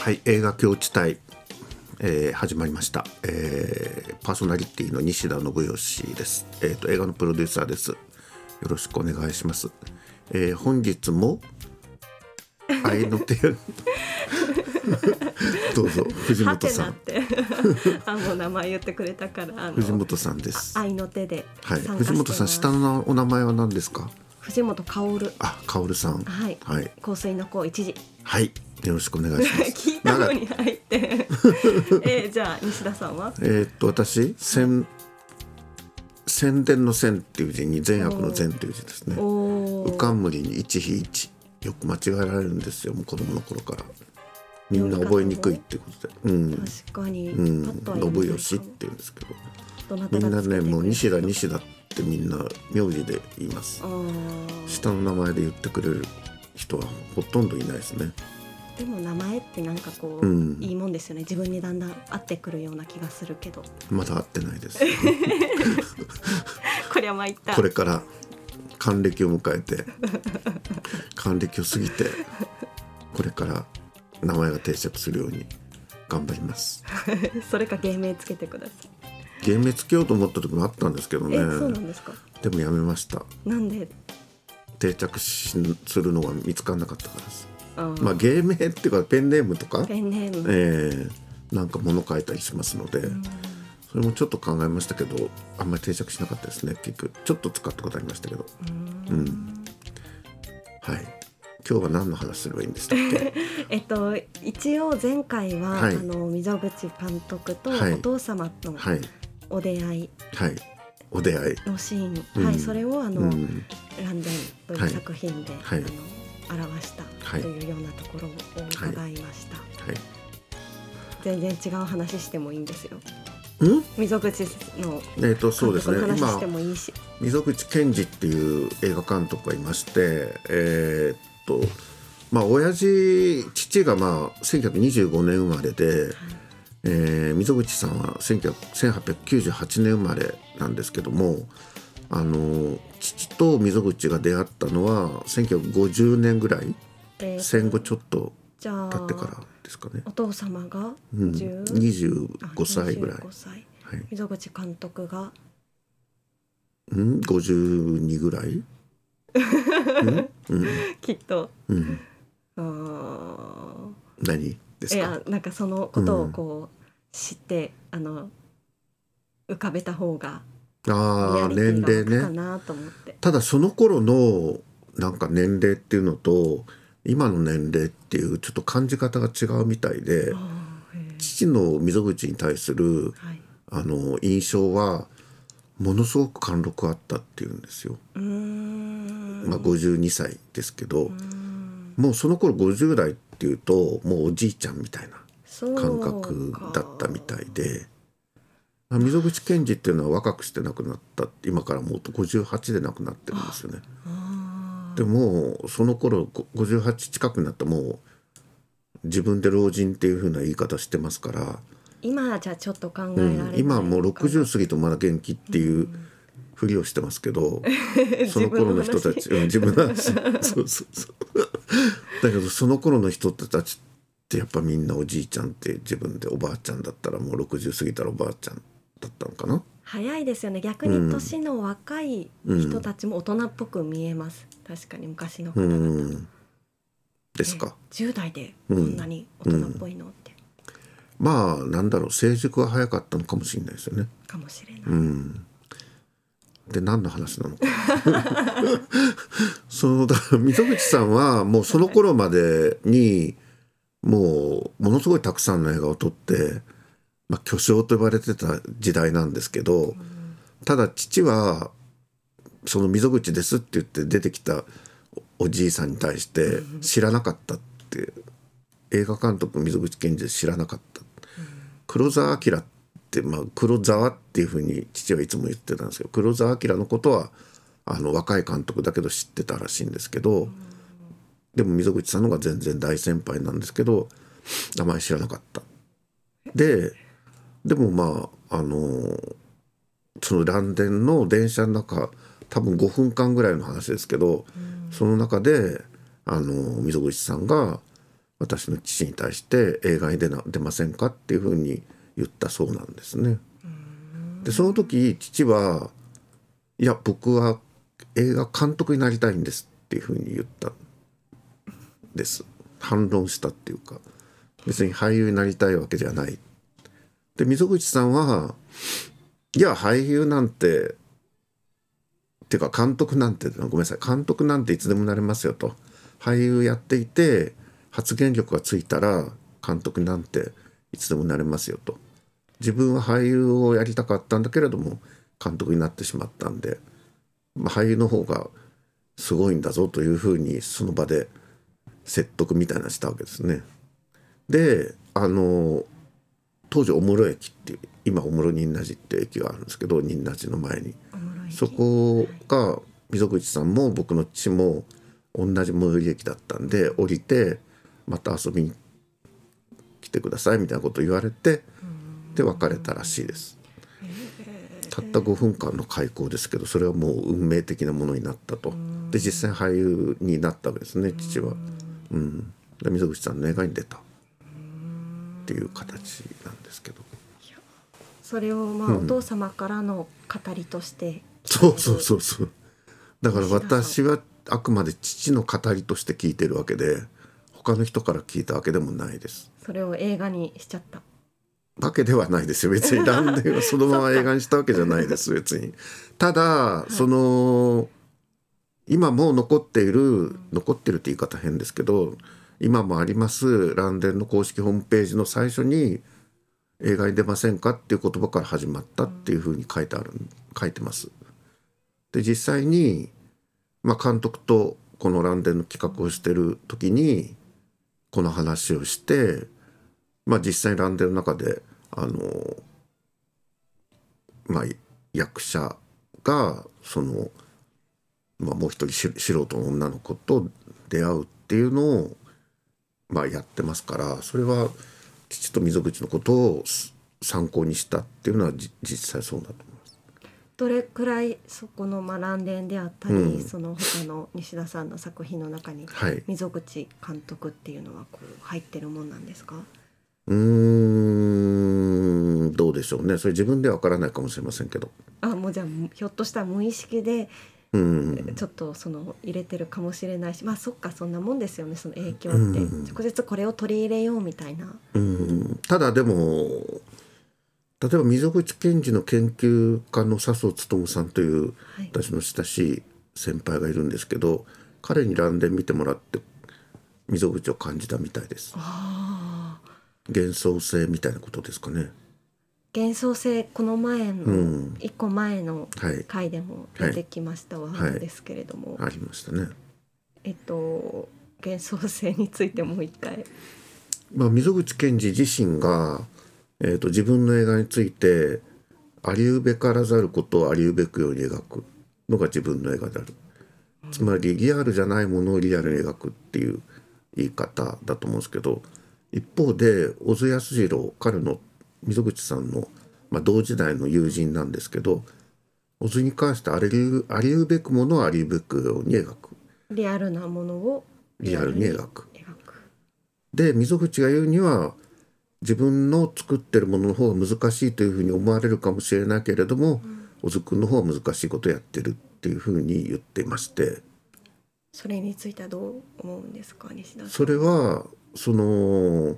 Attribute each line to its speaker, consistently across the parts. Speaker 1: はい映画境地帯、えー始まりました、えーパーソナリティの西田信義です、えー、と映画のプロデューサーですよろしくお願いします、えー本日 も愛の手 どうぞ藤
Speaker 2: ハ
Speaker 1: 本
Speaker 2: テ
Speaker 1: さ
Speaker 2: ナっ
Speaker 1: ん
Speaker 2: てあもう名前言ってくれたからあ
Speaker 1: 藤
Speaker 2: の
Speaker 1: 本さんですは
Speaker 2: 愛の手で参
Speaker 1: い
Speaker 2: 加してます、
Speaker 1: 藤本さん下のお名前は何ですか
Speaker 2: 藤本薫
Speaker 1: あカオルさん
Speaker 2: はい
Speaker 1: はい、
Speaker 2: 香水の子一時
Speaker 1: はい、よろしくお願いします
Speaker 2: 聞いたのに入ってえーじゃあ西田さんは
Speaker 1: えーっと私宣宣伝の宣っていう字に善悪の善っていう字ですね。
Speaker 2: お
Speaker 1: う
Speaker 2: ー
Speaker 1: かんむりに一比一よく間違えられるんですよもう子供の頃からみんな覚えにくいってことで、うん
Speaker 2: 確かに、
Speaker 1: うん
Speaker 2: パッとは言えません
Speaker 1: 信義っ
Speaker 2: かも
Speaker 1: て言うんですけど
Speaker 2: どなた
Speaker 1: みん
Speaker 2: が
Speaker 1: な
Speaker 2: 作って
Speaker 1: ね
Speaker 2: くれた
Speaker 1: もう西田西田ってみんな名字で言います
Speaker 2: あ。ー
Speaker 1: 下の名前で言ってくれる人はほとんどいないですね。
Speaker 2: でも名前ってなんかこう、
Speaker 1: うん
Speaker 2: いいもんですよね自分にだんだん合ってくるような気がするけど
Speaker 1: まだ会ってないです。
Speaker 2: こりゃ参った
Speaker 1: これから還暦を迎えて還暦を過ぎてこれから名前が定着するように頑張ります
Speaker 2: それか芸名つけてください、
Speaker 1: 芸名つけようと思った時もあったんですけどね
Speaker 2: えそうなんですか
Speaker 1: でもやめました
Speaker 2: なんで
Speaker 1: 定着しするのが見つからなかったからです
Speaker 2: あー
Speaker 1: まあ芸名っていうかペンネームとか
Speaker 2: ペンネーム、
Speaker 1: えーなんか物書いたりしますので、
Speaker 2: うん
Speaker 1: それもちょっと考えましたけどあんまり定着しなかったですね結局ちょっと使ったことありましたけどうんはい今日は何の話すればいいんでしたっけ
Speaker 2: えっと一応前回は、
Speaker 1: はい
Speaker 2: あの溝口監督と
Speaker 1: はい
Speaker 2: お父様の
Speaker 1: はい
Speaker 2: お出会い
Speaker 1: はいお出会い
Speaker 2: のシーン、
Speaker 1: うん
Speaker 2: はい、それをあの、
Speaker 1: うん
Speaker 2: ランデンとい
Speaker 1: は
Speaker 2: う
Speaker 1: い
Speaker 2: 作品で、
Speaker 1: はい
Speaker 2: あの表した
Speaker 1: はい
Speaker 2: というようなところを伺いました、
Speaker 1: はい
Speaker 2: 全然違う話してもいいんですよ
Speaker 1: ん
Speaker 2: 溝口の
Speaker 1: えっ、とそう
Speaker 2: 監
Speaker 1: です
Speaker 2: 督の
Speaker 1: ね
Speaker 2: 話し
Speaker 1: 今
Speaker 2: てもいいし、
Speaker 1: 溝口健二っていう映画監督がいましてえーっとまあ親父父がまあ1925年生まれで、えー溝口さんは1900 1898年生まれなんですけどもあの父と溝口が出会ったのは1950年ぐらい
Speaker 2: えー
Speaker 1: 戦後ちょっと
Speaker 2: じゃあ
Speaker 1: 経ってからですかね、
Speaker 2: お父様が
Speaker 1: うん、
Speaker 2: 10
Speaker 1: 25歳ぐらい、
Speaker 2: 25歳
Speaker 1: はい、
Speaker 2: 溝口監督が
Speaker 1: うん52ぐらい、うんうん
Speaker 2: きっと
Speaker 1: うん、
Speaker 2: あー
Speaker 1: 何です
Speaker 2: い
Speaker 1: か
Speaker 2: やなんかそのことをこう知って、あの浮かべた方がリ
Speaker 1: あ
Speaker 2: ア
Speaker 1: あ
Speaker 2: リテ
Speaker 1: 年
Speaker 2: ィが
Speaker 1: 齢
Speaker 2: 湧くか
Speaker 1: ね
Speaker 2: なと思って、
Speaker 1: ただその頃のなんか年齢っていうのと今の年齢っていうちょっと感じ方が違うみたいで
Speaker 2: あーへー
Speaker 1: 父の溝口に対する
Speaker 2: はい、
Speaker 1: あの印象はものすごく貫禄あったっていうんですよ、
Speaker 2: うーん
Speaker 1: まあ、52歳ですけど、
Speaker 2: うーん
Speaker 1: もうその頃50代っていうともうおじいちゃんみたいな
Speaker 2: そうか
Speaker 1: 感覚だったみたいで溝口健二っていうのは若くして亡くなったって今からもう58で亡くなってるんですよね。
Speaker 2: あー
Speaker 1: でもその頃こ58近くになったもう自分で老人っていう風な言い方してますから、
Speaker 2: 今じゃちょっと考え
Speaker 1: う
Speaker 2: られない、
Speaker 1: ん、今はもう60過ぎてもまだ元気っていうふりをしてますけど。 その頃の人たち、うん自分の話そうそうそうだけどその頃の人たちってやっぱみんなおじいちゃんって自分でおばあちゃんだったらもう60過ぎたらおばあちゃんだったのかな
Speaker 2: 早いですよね逆
Speaker 1: うん
Speaker 2: に年の若い人たちも大人っぽく見えます、確かに昔の方
Speaker 1: う
Speaker 2: 々、
Speaker 1: んですか
Speaker 2: 10代でこんなに大人っぽいのって、
Speaker 1: まあなんだろう成熟は早かったのかもしれないですよね
Speaker 2: かもしれない、
Speaker 1: うんで何の話なのか そのだから溝口さんはもうその頃までにもうものすごいたくさんの映画を撮って、まあ、巨匠と呼ばれてた時代なんですけどただ父はその溝口ですって言って出てきたおおじいさんに対して知らなかったって映画監督溝口健二で知らなかった黒澤明って、まあ、黒澤っていうふうに父はいつも言ってたんですけど黒澤明のことはあの若い監督だけど知ってたらしいんですけど、でも溝口さんの方が全然大先輩なんですけど名前知らなかった。ででもまああのその蘭電の電車の中多分5分間ぐらいの話ですけど、その中であの溝口さんが私の父に対して映画に出な出ませんかっていうふうに言ったそうなんですね。でその時父はいや僕は映画監督になりたいんですっていうふうに言ったんです反論したっていうか別に俳優になりたいわけじゃない。で溝口さんはいや俳優なんてっていうか監督なんてごめんなさい監督なんていつでもなれますよと俳優やっていて発言力がついたら監督なんていつでもなれますよと自分は俳優をやりたかったんだけれども監督になってしまったんで、まあ、俳優の方がすごいんだぞというふうにその場で説得みたいなのしたわけですね。であの当時おもろ駅っていう今おもろ仁和寺っていう駅があるんですけど仁和寺の前に。
Speaker 2: おもろい駅
Speaker 1: そこが溝口さんも僕の父も同じ最寄り駅だったんで降りてまた遊びに来てくださいみたいなことを言われてで別れたらしいですたった5分間の開口ですけどそれはもう運命的なものになったとで実際俳優になったわけですね父はうんで溝口さんの映画に出たっていう形なんですけど
Speaker 2: それをまあお父様からの語りとして
Speaker 1: そうそうそうそうだから私はあくまで父の語りとして聞いてるわけで他の人から聞いたわけでもないです
Speaker 2: それを映画にしちゃった
Speaker 1: わけではないですよ別に断念をそのまま映画にしたわけじゃないです別にただその今も残っている残ってるって言い方変ですけど今もありますランデンの公式ホームページの最初に映画に出ませんかっていう言葉から始まったっていうふうに書いてある書いてますで実際に、まあ、監督とこの「ランデン」の企画をしてる時にこの話をして、まあ、実際に「ランデン」の中であの、まあ、役者がその、まあ、もう一人し素人の女の子と出会うっていうのを、まあ、やってますからそれは父と溝口のことを参考にしたっていうのはじ実際そうだと思います。
Speaker 2: どれくらいそこのまあ蘭電であったり、
Speaker 1: うん
Speaker 2: その他の西田さんの作品の中に
Speaker 1: はい
Speaker 2: 溝口監督っていうのはこう入ってるもんなんですか
Speaker 1: うーんどうでしょうねそれ自分ではわからないかもしれませんけど
Speaker 2: あもうじゃあひょっとしたら無意識で
Speaker 1: うん
Speaker 2: ちょっとその入れてるかもしれないしまあそっかそんなもんですよねその影響っ
Speaker 1: うん
Speaker 2: て
Speaker 1: うん
Speaker 2: 直接これを取り入れようみたいな
Speaker 1: うんただでも例えば溝口健二の研究家の笹生勉さんという
Speaker 2: はい
Speaker 1: 私の親しい先輩がいるんですけど彼に蘭電見てもらって溝口を感じたみたいです
Speaker 2: ああ
Speaker 1: 幻想性みたいなことですかね
Speaker 2: 幻想性この前
Speaker 1: う
Speaker 2: の
Speaker 1: ん
Speaker 2: 一個前の
Speaker 1: はい
Speaker 2: 回でも出てきましたワードですけれども、
Speaker 1: ありましたね
Speaker 2: えっと幻想性についてもう一回
Speaker 1: まあ、溝口健二自身が、えー、と自分の映画についてありうべからざることをありうべくように描くのが自分の映画であるつまりリアルじゃないものをリアルに描くっていう言い方だと思うんですけど一方で小津安二郎彼の溝口さんの、まあ、同時代の友人なんですけど小津に関してありうありうべくものをありうべくように描く
Speaker 2: リアルなものを
Speaker 1: リアルに描く。
Speaker 2: 描く
Speaker 1: で溝口が言うには自分の作ってるものの方が難しいというふうに思われるかもしれないけれども、小津君の方は難しいことをやってるっていうふうに言っていまして
Speaker 2: それについてはどう思うんですか西田さん
Speaker 1: それはその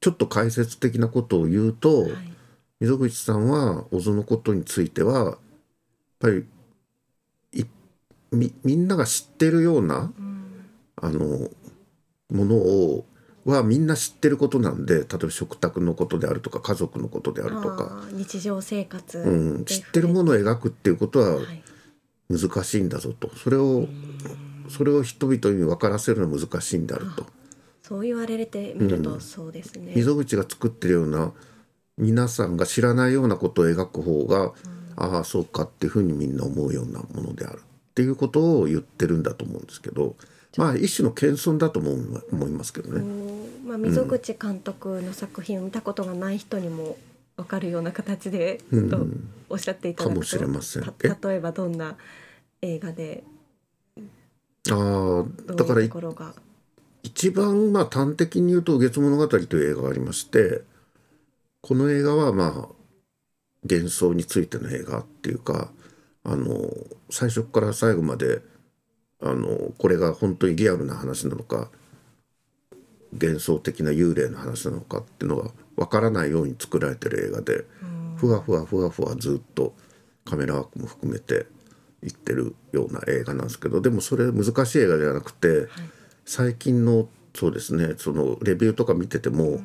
Speaker 1: ちょっと解説的なことを言うと、
Speaker 2: はい
Speaker 1: 溝口さんは小津のことについてはやっぱりいみみんなが知ってるような
Speaker 2: うん
Speaker 1: あのものをはみんな知ってることなんで例えば食卓のことであるとか家族のことであるとか、
Speaker 2: あー日常生活、
Speaker 1: うん、知ってるものを描くっていうことは
Speaker 2: はい
Speaker 1: 難しいんだぞとそれをそれを人々に分からせるのは難しいんであると
Speaker 2: そう言われてみる
Speaker 1: う
Speaker 2: と
Speaker 1: ん
Speaker 2: そうですね、
Speaker 1: 溝口が作ってるような皆さんが知らないようなことを描く方がああそうかっていうふうにみんな思うようなものであるっていうことを言ってるんだと思うんですけどまあ一種の謙遜だとも思い思いますけどね。
Speaker 2: こうまあ、溝口監督の作品を見たことがない人にも分かるような形で
Speaker 1: うん
Speaker 2: とおっしゃっていただくと、
Speaker 1: かもしれません
Speaker 2: た例えばどんな映画で
Speaker 1: ああ
Speaker 2: どう
Speaker 1: だか
Speaker 2: い
Speaker 1: ら
Speaker 2: うと
Speaker 1: い
Speaker 2: ころが
Speaker 1: 一番まあ端的に言うと「月物語」という映画がありましてこの映画はまあ幻想についての映画っていうかあの最初から最後まであのこれが本当にリアルな話なのか幻想的な幽霊の話なのかっていうのが分からないように作られてる映画でふわふわふわふわずっとカメラワークも含めていってるような映画なんですけどでもそれ難しい映画じゃなくて最近のそうですねそのレビューとか見てても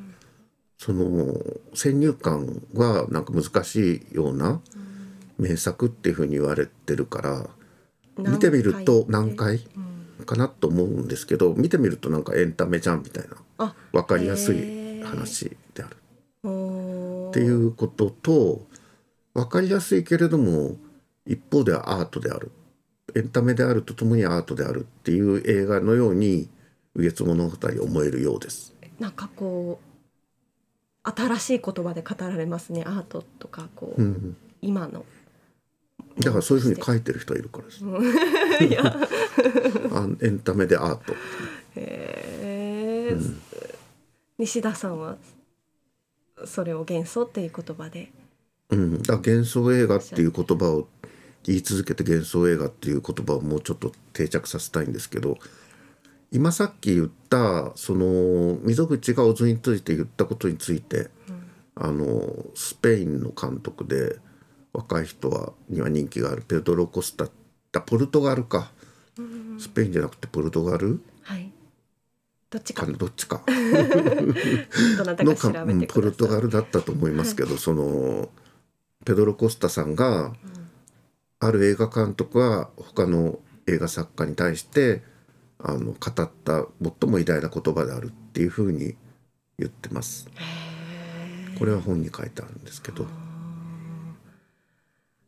Speaker 1: その先入観はなんか難しいような名作っていうふうに言われてるから見てみると何回
Speaker 2: うん
Speaker 1: かなと思うんですけど見てみるとなんかエンタメじゃんみたいな
Speaker 2: あ
Speaker 1: 分かりやすい話であるっていうことと分かりやすいけれども一方ではアートであるエンタメであるとともにアートであるっていう映画のように「右月物語」を思えるようです。
Speaker 2: なんかこう新しい言葉で語られますねアートとかこう、
Speaker 1: うん、
Speaker 2: 今の
Speaker 1: だからそういうふうに書いてる人いるからです。
Speaker 2: いや
Speaker 1: あエンタメでアート。
Speaker 2: へえ、
Speaker 1: うん
Speaker 2: 西田さんはそれを幻想っていう言葉で
Speaker 1: うん、だから幻想映画っていう言葉を言い続けて幻想映画っていう言葉をもうちょっと定着させたいんですけど今さっき言ったその溝口が小津について言ったことについて、あのスペインの監督で若い人はには人気があるペドロ・コスタだポルトガルかスペインじゃなくてポルトガル
Speaker 2: はいどっち
Speaker 1: か
Speaker 2: か
Speaker 1: などっちか。
Speaker 2: どなた
Speaker 1: の
Speaker 2: か
Speaker 1: か
Speaker 2: 調
Speaker 1: う
Speaker 2: べ
Speaker 1: ん
Speaker 2: て
Speaker 1: ポ
Speaker 2: くだ
Speaker 1: ルトガ
Speaker 2: さい
Speaker 1: ルだったと思いますけど、そのペドロ・コスタさんが、ある映画監督は他の映画作家に対してあの語った最も偉大な言葉であるっていうふうに言ってます。これは本に書いてあるんですけど、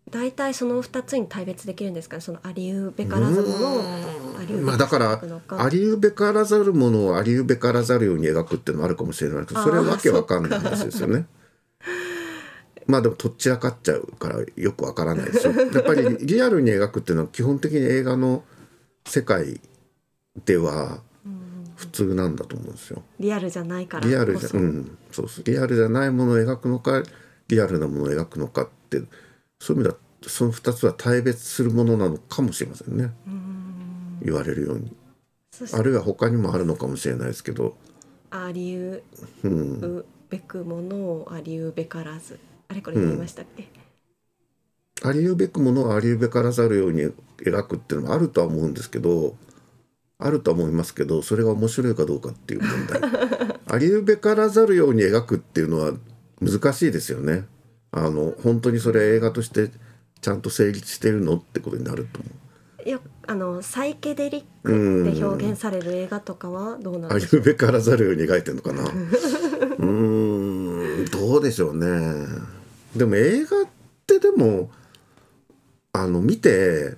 Speaker 2: 大体その二つに対別できるんですかねそのアリウ・ベカラザム
Speaker 1: う
Speaker 2: のアリウ
Speaker 1: まあ、だから
Speaker 2: の
Speaker 1: ありうべからざるものをありうべからざるように描くっていうのはあるかもしれないけどそれはわけわかんない話ですよね。まあでもとっちらかっちゃうからよくわからないですよ。やっぱりリアルに描くっていうのは基本的に映画の世界では普通なんだと思うんですよ。
Speaker 2: リアルじゃないからこそ
Speaker 1: リアルじゃ、うん、そうそうリアルじゃないものを描くのかリアルなものを描くのかってそういう意味ではその2つは対別するものなのかもしれませんね言われるように
Speaker 2: そし
Speaker 1: あるいは他にもあるのかもしれないですけど、
Speaker 2: アリウ
Speaker 1: うん、
Speaker 2: べくものをありうべからずあれこれ言いましたっけ、
Speaker 1: ありうべくものをありうべからざるように描くっていうのもあるとは思うんですけどあるとは思いますけどそれが面白いかどうかっていう問 題ありうべからざるように描くっていうのは難しいですよねあの本当にそれ映画としてちゃんと成立してるのってことになると思う
Speaker 2: よあのサイケデリックで表現される映画とかはどうなん
Speaker 1: あ
Speaker 2: で
Speaker 1: り
Speaker 2: すか
Speaker 1: うべからざるように描いてるの かなうーんどうでしょうねでも映画ってでもあの見て、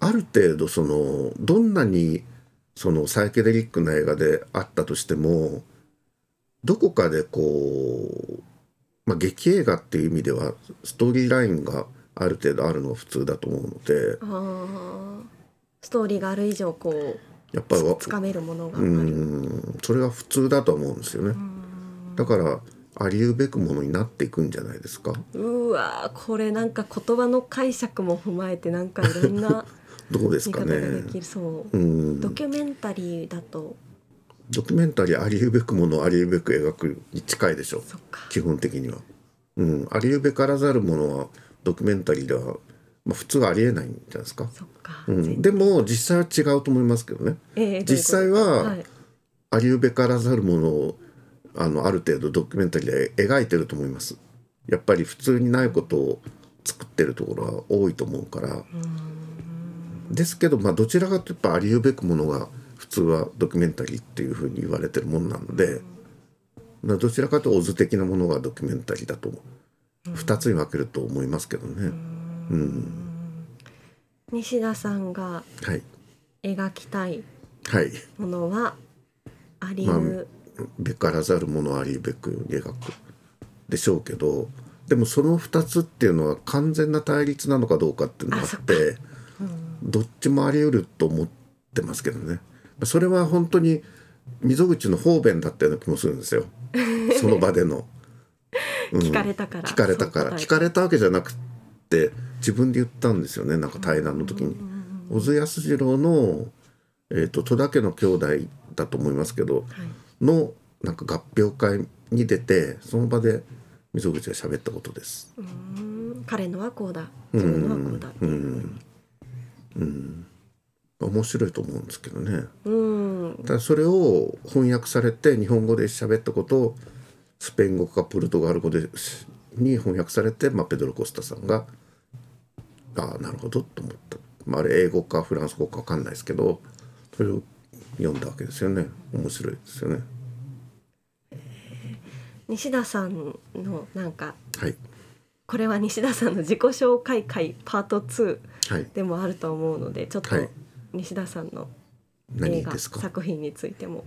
Speaker 1: ある程度そのどんなにそのサイケデリックな映画であったとしてもどこかでこう、まあ、劇映画っていう意味ではストーリーラインがある程度あるのが普通だと思うので
Speaker 2: あーストーリーがある以上こう
Speaker 1: やっぱりわ
Speaker 2: つかめるものがあ
Speaker 1: う
Speaker 2: る、
Speaker 1: んそれが普通だと思うんですよねだからありうべくものになっていくんじゃないですか
Speaker 2: うわーこれなんか言葉の解釈も踏まえてなんかいろんな
Speaker 1: どうです
Speaker 2: 見
Speaker 1: か
Speaker 2: 方が
Speaker 1: ね
Speaker 2: で きるそうう、
Speaker 1: ん
Speaker 2: ドキュメンタリーだと
Speaker 1: ドキュメンタリーありうべくものをありうべく描くに近いでしょ
Speaker 2: そっか
Speaker 1: 基本的には、うん、ありうべからざるものはドキュメンタリーでは、まあ、普通はありえないんじゃないですか、
Speaker 2: そっか、
Speaker 1: うん、
Speaker 2: 全
Speaker 1: でも実際は違うと思いますけどね
Speaker 2: ええ
Speaker 1: 実際
Speaker 2: どういうこと
Speaker 1: は
Speaker 2: はい
Speaker 1: ありうべからざるものをあのある程度ドキュメンタリーで描いてると思いますやっぱり普通にないことを作ってるところは多いと思うからですけどまあどちらかというとやっぱありうべくものが普通はドキュメンタリーっていうふうに言われてるもんなのでまあどちらかというとオズ的なものがドキュメンタリーだと2つに分けると思いますけどねうん
Speaker 2: 西田さんが
Speaker 1: はい
Speaker 2: 描きたい
Speaker 1: はい
Speaker 2: ものはありう、
Speaker 1: まべからざるものありべくように描くでしょうけどでもその2つっていうのは完全な対立なのかどうかっていうのがあ
Speaker 2: あそ
Speaker 1: っ
Speaker 2: って
Speaker 1: どっちもあり得ると思ってますけどねそれは本当に溝口の方便だったような気もするん ですよその場での、うん
Speaker 2: 聞かれたから
Speaker 1: 聞かれたから聞か
Speaker 2: れ
Speaker 1: れたわけじゃなくって自分で言ったんですよねなんか対談の時に。小津安二郎の、えー、と戸田家の兄弟だと思いますけどのなんか合併会に出てその場で溝口が喋ったことです。
Speaker 2: 彼のはこうだ
Speaker 1: う
Speaker 2: 自分のはこうんだ
Speaker 1: うんうん面白いと思うんですけどね。
Speaker 2: うん
Speaker 1: ただそれを翻訳されて日本語で喋ったことをスペイン語かポルトガル語でしに翻訳されて、まあ、ペドロ・コスタさんが「ああなるほど」と思った、まあ、あれ英語かフランス語か分かんないですけどそれを読んだわけですよね面白いですよね
Speaker 2: 西田さんのなんか
Speaker 1: はい
Speaker 2: これは西田さんの自己紹介会パート2
Speaker 1: はい
Speaker 2: でもあると思うのでちょっと
Speaker 1: はい
Speaker 2: 西田さんの映
Speaker 1: 何
Speaker 2: 画
Speaker 1: ですか
Speaker 2: 作品についても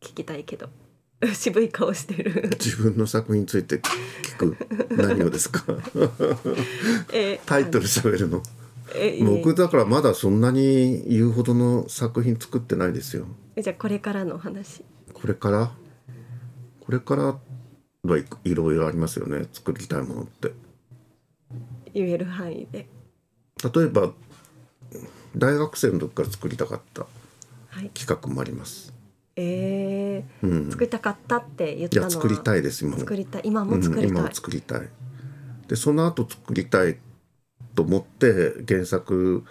Speaker 2: 聞きたいけど 渋い顔して る
Speaker 1: 自分の作品について聞く何をですか
Speaker 2: え
Speaker 1: タイトル喋るの
Speaker 2: あのえ
Speaker 1: 僕だからまだそんなに言うほどの作品作ってないですよ
Speaker 2: えじゃあこれからのお話
Speaker 1: これからこれからはいいろいろありますよね作りたいものって
Speaker 2: 言える範囲で
Speaker 1: 例えば大学生の時から作りたかった
Speaker 2: はい
Speaker 1: 企画もあります、
Speaker 2: えー
Speaker 1: うん、
Speaker 2: 作りたかったって言っ
Speaker 1: い
Speaker 2: たの
Speaker 1: や
Speaker 2: は
Speaker 1: 作りたいです今も
Speaker 2: 作りたい今も作
Speaker 1: うん、
Speaker 2: りたい、
Speaker 1: 今も作りたいでその後作りたいと思って原作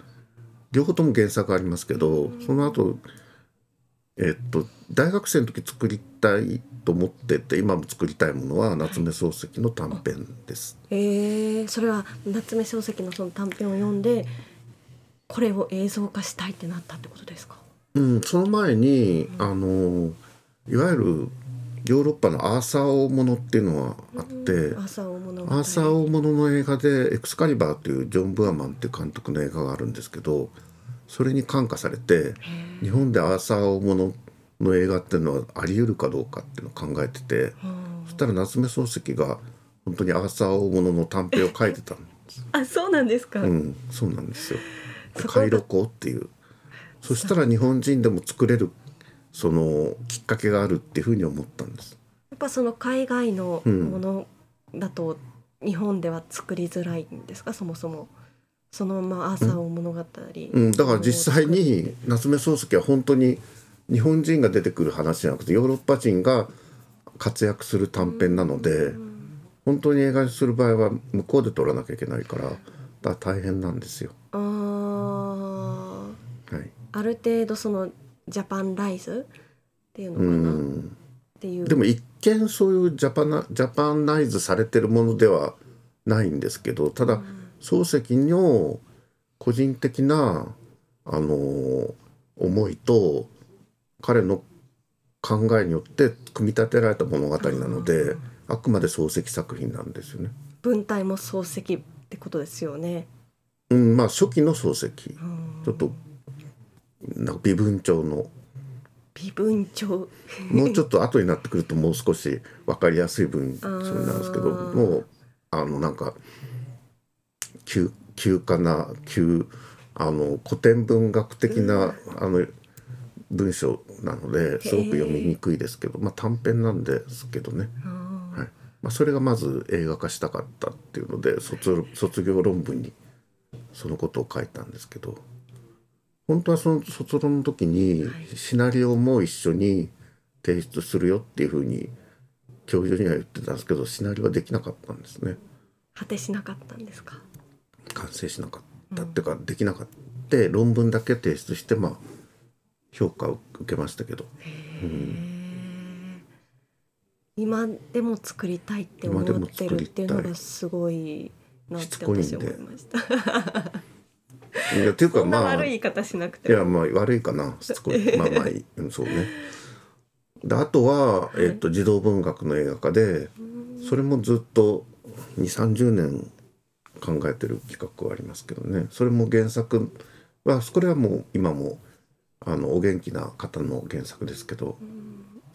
Speaker 1: 両方とも原作ありますけど、その後えっと大学生の時作りたいと思ってて今も作りたいものは夏目漱石の短編です、
Speaker 2: えーそれは夏目漱石のその短編を読んでこれを映像化したいってなったってことですか
Speaker 1: うん、その前に、あのいわゆるヨーロッパのアーサー王物っていうのはあって、
Speaker 2: 朝を物語
Speaker 1: アーサー王物の映画で「エクスカリバー」というジョン・ブアマンっていう監督の映画があるんですけどそれに感化されて日本でアーサー王物の映画っていうのはあり得るかどうかっていうのを考えてて
Speaker 2: うん
Speaker 1: そしたら夏目漱石が本当にアーサー王物の短編を書いてたの
Speaker 2: あそうなんですか、
Speaker 1: うんそうなんですよ。
Speaker 2: そこが
Speaker 1: カイロコっていうそしたら日本人でも作れるそのきっかけがあるっていうふうに思ったんです。
Speaker 2: やっぱその海外の
Speaker 1: うん
Speaker 2: ものだと日本では作りづらいんですか、そもそもそのまま朝を物語、
Speaker 1: うん、だから実際に夏目漱石は本当に日本人が出てくる話じゃなくてヨーロッパ人が活躍する短編なので本当に映画にする場合は向こうで撮らなきゃいけないからだから大変なんですよ。
Speaker 2: あー
Speaker 1: はい、
Speaker 2: ある程度そのジャパンライズっていうのか
Speaker 1: う
Speaker 2: な、っ
Speaker 1: ん
Speaker 2: ていう
Speaker 1: でも一見そういうジャパナジャパンナイズされてるものではないんですけどただ漱石の個人的なあのー思いと彼の考えによって組み立てられた物語なのであくまで漱石作品なんですよね。
Speaker 2: 文体も漱石ってことですよね。
Speaker 1: うん、まあ初期の漱石ち
Speaker 2: うん
Speaker 1: ょっとなんか微文帳の
Speaker 2: 微文帳
Speaker 1: もうちょっと後になってくるともう少し分かりやすい分それなんですけど
Speaker 2: あー
Speaker 1: もうあのなんか急急かな急あの古典文学的なあの文章なのですごく読みにくいですけど、まあ、短編なんですけどね、
Speaker 2: あー
Speaker 1: はいまあ、それがまず映画化したかったっていうので卒卒業論文にそのことを書いたんですけど本当はその卒論の時にシナリオも一緒に提出するよっていうふうに教授には言ってたんですけどシナリオはできなかったんですね
Speaker 2: 果てしなかったんですか。
Speaker 1: 完成しなかったっていうかできなかったで論文だけ提出してまあ評価を受けましたけど
Speaker 2: 今でも作りたいって思
Speaker 1: 今でも
Speaker 2: って
Speaker 1: 作
Speaker 2: るっ
Speaker 1: り
Speaker 2: て
Speaker 1: た
Speaker 2: い
Speaker 1: いう
Speaker 2: のがすごいなっ
Speaker 1: してつこいんで
Speaker 2: 私思いました。
Speaker 1: いやっていうか
Speaker 2: そんな
Speaker 1: まあ
Speaker 2: 悪い言い方しなく
Speaker 1: い
Speaker 2: て
Speaker 1: やま
Speaker 2: も。
Speaker 1: あ悪いかなしつこいまあまあいいうんそうねであとは、えっと児童文学の映画化でそれもずっと2 3 0年考えてる企画はありますけどねそれも原作はこれはもう今もあのお元気な方の原作ですけど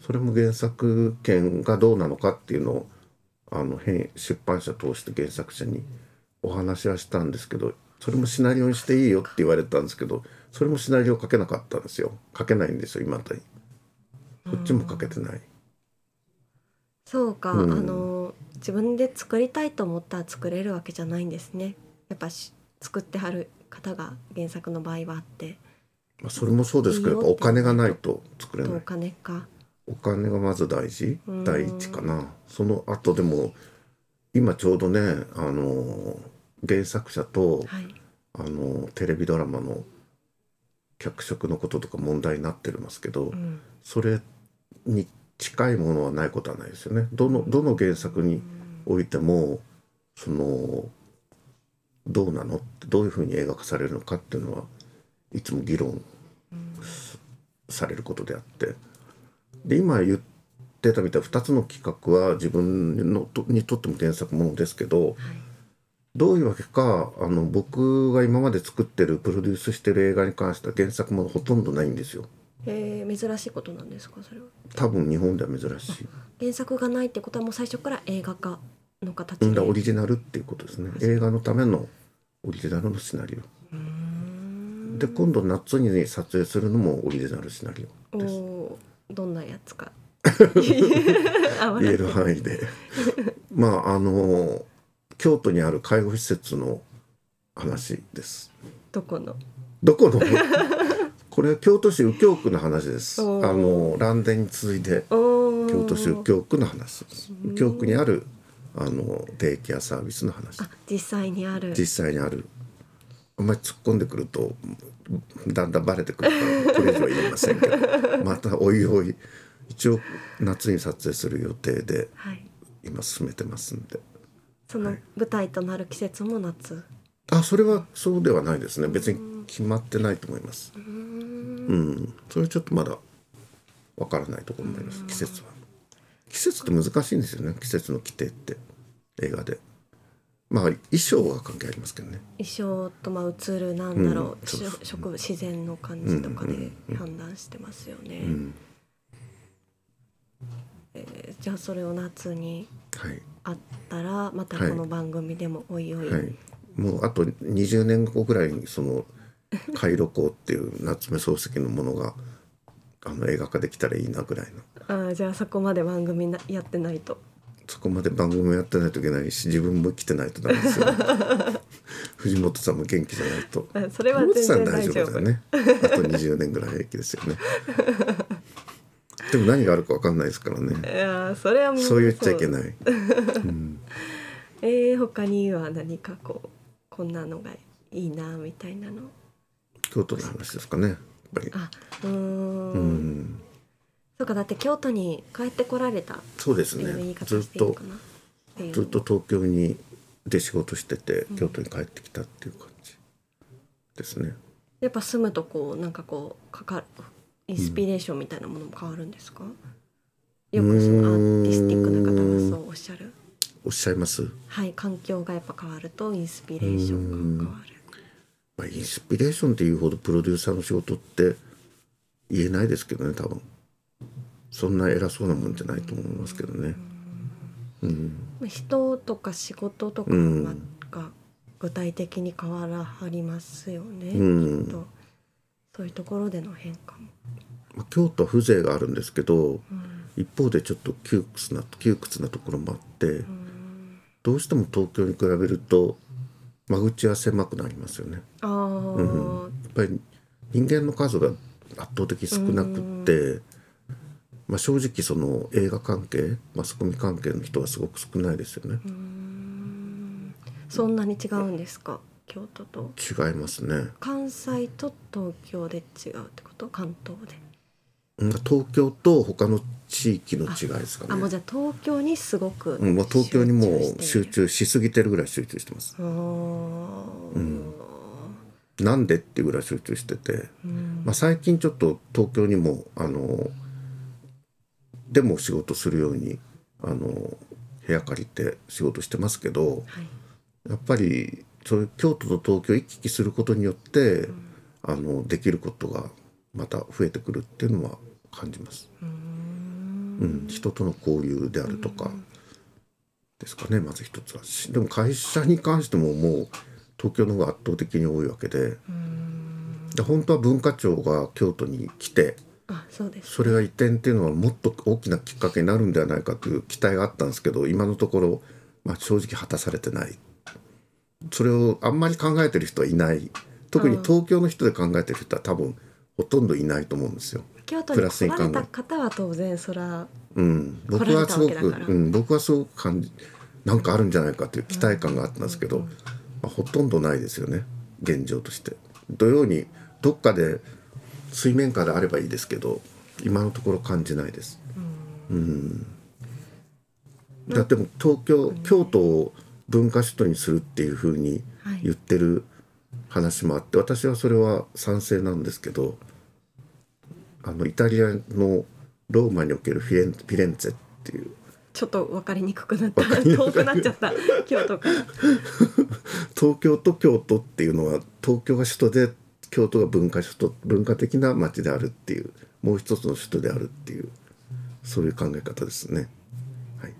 Speaker 1: それも原作権がどうなのかっていうのをあの編出版社通して原作者にお話はしたんですけどそれもシナリオにしていいよって言われたんですけどそれもシナリオ書けなかったんですよ書けないんですよ今だにどっちも書けてない。
Speaker 2: そうか、
Speaker 1: うん
Speaker 2: あの自分で作りたいと思ったら作れるわけじゃないんですねやっぱし作ってはる方が原作の場合はあって
Speaker 1: まあ、それもそうですけど、やっぱお金がないと作れ
Speaker 2: ど
Speaker 1: な
Speaker 2: う
Speaker 1: い。
Speaker 2: かねか
Speaker 1: お金がまず大事
Speaker 2: うん、
Speaker 1: 第一かな。その後でも、今ちょうどね、あの、原作者と、
Speaker 2: はい
Speaker 1: あの、テレビドラマの脚色のこととか問題になってますけど、
Speaker 2: うん
Speaker 1: それに近いものはないことはないですよね。どのどの原作においてもそのどうなのってどういうふうに映画化されるのかっていうのはいつも議論すされることであってで今言ってたみたいな2つの企画は自分のとにとっても原作ものですけどどういうわけかあの僕が今まで作ってるプロデュースしてる映画に関しては原作ものほとんどないんですよ。
Speaker 2: えー珍しいことなんですかそれは
Speaker 1: 多分日本では珍しい。
Speaker 2: 原作がないってことはもう最初から映画化の形
Speaker 1: う
Speaker 2: で、
Speaker 1: んだオリジナルっていうことですね映画のためのオリジナルのシナリオで今度夏に撮影するのもオリジナルシナリオ
Speaker 2: お
Speaker 1: です
Speaker 2: ーどんなやつかあ
Speaker 1: 言
Speaker 2: 笑
Speaker 1: え
Speaker 2: って
Speaker 1: る範囲で まああの京都にある介護施設の話です
Speaker 2: どこの
Speaker 1: どこ のこれは京都市右京区の話ですあ
Speaker 2: おー
Speaker 1: の蘭電に続いて
Speaker 2: おー
Speaker 1: 京都市右京区の話です右京区にあるあのデイケアサービスの話
Speaker 2: あ実際にある
Speaker 1: 実際にあるあんまり突っ込んでくるとだんだんバレてくるからこれ以上は言えませんけど またおいおい一応夏に撮影する予定で
Speaker 2: はい
Speaker 1: 今進めてますんで
Speaker 2: その舞台となる季節も夏、
Speaker 1: あそれはそうではないですね別に決まってないと思いますうんそれはちょっとまだわからないところになります季節は季節って難しいんですよね季節の規定って映画でまあ衣装は関係ありますけどね
Speaker 2: 衣装とまあ映るなんだろう、
Speaker 1: うんそうそう
Speaker 2: しょ植自然の感じとかで判断してますよね、えーじゃあそれを夏に
Speaker 1: はい
Speaker 2: あったらまたこの番組でもおいおい、
Speaker 1: はい、もうあと20年後ぐらいにその「カイロ港」っていう夏目漱石のものがあの映画化できたらいいなぐらいの
Speaker 2: あーじゃあそこまで番組なやってないと
Speaker 1: そこまで番組もやってないといけないし自分も生きてないとダメですよ 藤本さんも元気じゃないと
Speaker 2: あそれは全然大丈
Speaker 1: 藤本さん大丈
Speaker 2: 夫
Speaker 1: 夫だよねあと20年ぐらい平気ですよねでも何があるか分かんないですからね
Speaker 2: いやーそれはも
Speaker 1: そう言っちゃいけ
Speaker 2: い
Speaker 1: ない
Speaker 2: えー他には何かこうこんなのがいいなみたいなの
Speaker 1: 京都の話ですかねやっぱり
Speaker 2: あうーん
Speaker 1: うん
Speaker 2: そうかだって京都に帰ってこられたっ
Speaker 1: そうです
Speaker 2: ていう言
Speaker 1: ね
Speaker 2: い方
Speaker 1: ずっ
Speaker 2: していいの
Speaker 1: と
Speaker 2: かなていう
Speaker 1: ずっと東京にで仕事してて京都に帰ってきたっていう感じですね。
Speaker 2: やっぱ住むとこうなんかこうかかるインスピレーションみたいなものも変わるんですか、よくそのアーティスティックな方がそうおっしゃる
Speaker 1: おっしゃいます、
Speaker 2: はい環境がやっぱ変わるとインスピレーションが変わる
Speaker 1: まあ、インスピレーションっていうほどプロデューサーの仕事って言えないですけどね多分そんな偉そうなもんじゃないと思いますけどね。うん、
Speaker 2: まあ人とか仕事とか
Speaker 1: うん
Speaker 2: まあが具体的に変わらはりますよね、
Speaker 1: うん
Speaker 2: きっとそういうところでの変化も、
Speaker 1: まあ京都は風情があるんですけど、一方でちょっと窮屈な窮屈なところもあって、
Speaker 2: うん、
Speaker 1: どうしても東京に比べると間口は狭くなりますよね。
Speaker 2: ああ、
Speaker 1: うんやっぱり人間の数が圧倒的少なくって、まあ、正直その映画関係マスコミ関係の人はすごく少ないですよね、
Speaker 2: そんなに違うんですか京都と
Speaker 1: 違いますね
Speaker 2: 関西と東京で違うってこと関東で
Speaker 1: うん東京と他の地域の違いですか
Speaker 2: あもう
Speaker 1: ね
Speaker 2: じゃあ東京にすごく
Speaker 1: うんもう東京にもう
Speaker 2: 集
Speaker 1: 集
Speaker 2: 中し
Speaker 1: 中し
Speaker 2: ている
Speaker 1: すぎてるぐらい集中してます
Speaker 2: あー
Speaker 1: なんでっていうぐらい集中してて、まあ、最近ちょっと東京にもあのでも仕事するようにあの部屋借りて仕事してますけど、
Speaker 2: はい
Speaker 1: やっぱりそういう京都と東京を行き来することによって、あのできることがまた増えてくるっていうのは感じます。うん人との交流であるとかですかねまず一つはしでも会社に関してももう東京の方が圧倒的に多いわけでで本当は文化庁が京都に来て
Speaker 2: あそうです
Speaker 1: それが移転っていうのはもっと大きなきっかけになるんではないかという期待があったんですけど今のところ、まあ、正直果たされてないそれをあんまり考えてる人はいない特に東京の人で考えてる人は多分ほとんどいないと思うんですよ。
Speaker 2: 京都
Speaker 1: プ
Speaker 2: に
Speaker 1: ラス
Speaker 2: 来
Speaker 1: に
Speaker 2: ら
Speaker 1: 考え
Speaker 2: れた方は当然そら
Speaker 1: うん、僕
Speaker 2: 来られ
Speaker 1: は
Speaker 2: た
Speaker 1: す
Speaker 2: わ
Speaker 1: ご
Speaker 2: けだ
Speaker 1: く
Speaker 2: から、
Speaker 1: うん、僕はすごく感じなんかあるんじゃないかという期待感があったんですけど、まあ、ほとんどないですよね現状として。土曜にどっかで水面下であればいいですけど今のところ感じないです。うん、だってもう東京京都を文化首都にするっていうふうに
Speaker 2: はい
Speaker 1: 言ってる話もあって私はそれは賛成なんですけど。あのイタリアのローマにおけるフィレンフィレンツェっていう
Speaker 2: ちょっと分かりにくくなった遠くなっちゃった京都から
Speaker 1: 東京と京都っていうのは東京が首都で京都が文化首都文化的な街であるっていうもう一つの首都であるっていうそういう考え方ですね。はい、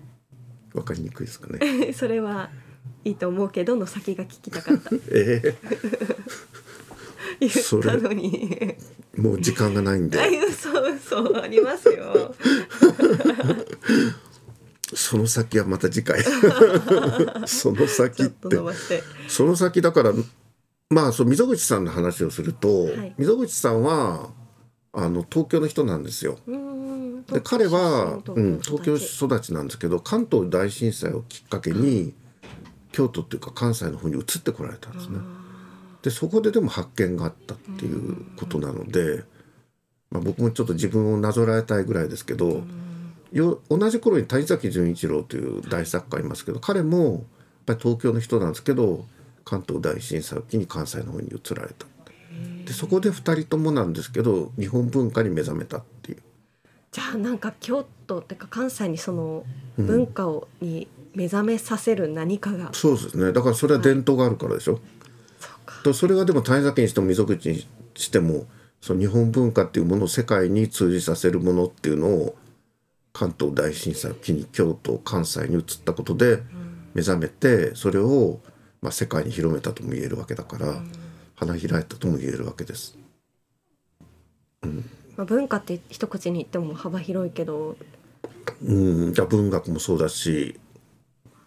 Speaker 1: わかりにくいですかね。
Speaker 2: それはいいと思うけどの先が聞きたかった
Speaker 1: え
Speaker 2: 言ったのに
Speaker 1: ーもう時間がないん
Speaker 2: あ
Speaker 1: で
Speaker 2: 嘘嘘ありま すよ
Speaker 1: その先はまた次 回その
Speaker 2: ち
Speaker 1: 先っ
Speaker 2: ょっと
Speaker 1: て
Speaker 2: 伸ばして
Speaker 1: その先だからまあそう溝口さんの話をすると、
Speaker 2: はい
Speaker 1: 溝口さんはあの東京の人なんですよ。
Speaker 2: うーん
Speaker 1: で彼は、
Speaker 2: 東京
Speaker 1: うん、東京
Speaker 2: 育ち
Speaker 1: 育ちなんですけど関東大震災をきっかけに京都っていうか関西の方に移ってこられたんですね。でそこででも発見があったっていうことなので、まあ、僕もちょっと自分をなぞらえたいぐらいですけどよ同じ頃に谷崎潤一郎という大作家いますけど彼もやっぱり東京の人なんですけど関東大震災を機に関西の方に移られた。でそこで2人ともなんですけど日本文化に目覚めたっていう。
Speaker 2: じゃあなんか京都ってか関西にその文化を、に目覚めさせる何かが
Speaker 1: そうですねだからそれは伝統があるからでしょ、
Speaker 2: そうか
Speaker 1: とそれがでも谷崎にしても溝口にしてもその日本文化っていうものを世界に通じさせるものっていうのを関東大震災を機に京都関西に移ったことで目覚めてそれをまあ世界に広めたとも言えるわけだから花開いたとも言えるわけです。
Speaker 2: まあ、文化って一口に言っても幅広いけど
Speaker 1: うんだから文学もそうだし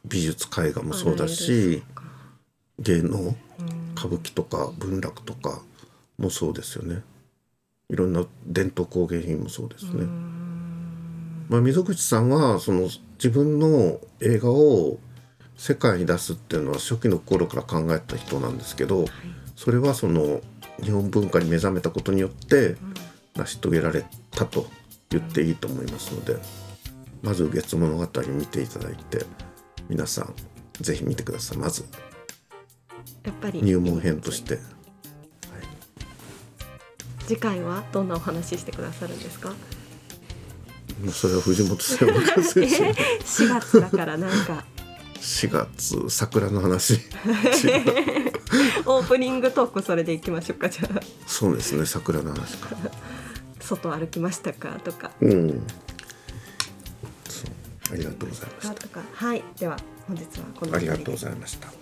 Speaker 1: 美術絵画もそうだし
Speaker 2: あら
Speaker 1: 芸能歌舞伎とか文楽とかもそうですよねいろんな伝統工芸品もそうですね。まあ、溝口さんはその自分の映画を世界に出すっていうのは初期の頃から考えた人なんですけどそれはその日本文化に目覚めたことによって成し遂げられたと言っていいと思いますのでまず「月物語」を見ていただいて皆さんぜひ見てくださいまず
Speaker 2: やっぱり
Speaker 1: 入門編として。
Speaker 2: 次回はどんなお話ししてくださるんですか
Speaker 1: もうそれは藤本さん にお任せします
Speaker 2: 4月だからなん か
Speaker 1: 4月桜の話
Speaker 2: オープニングトークそれでいきましょうかじゃあ
Speaker 1: そうですね桜の話か
Speaker 2: 外歩きましたかとか
Speaker 1: うんそうありがとうございまし
Speaker 2: とかはいでは本日はこの
Speaker 1: たあ
Speaker 2: 辺
Speaker 1: りが
Speaker 2: で
Speaker 1: とうございました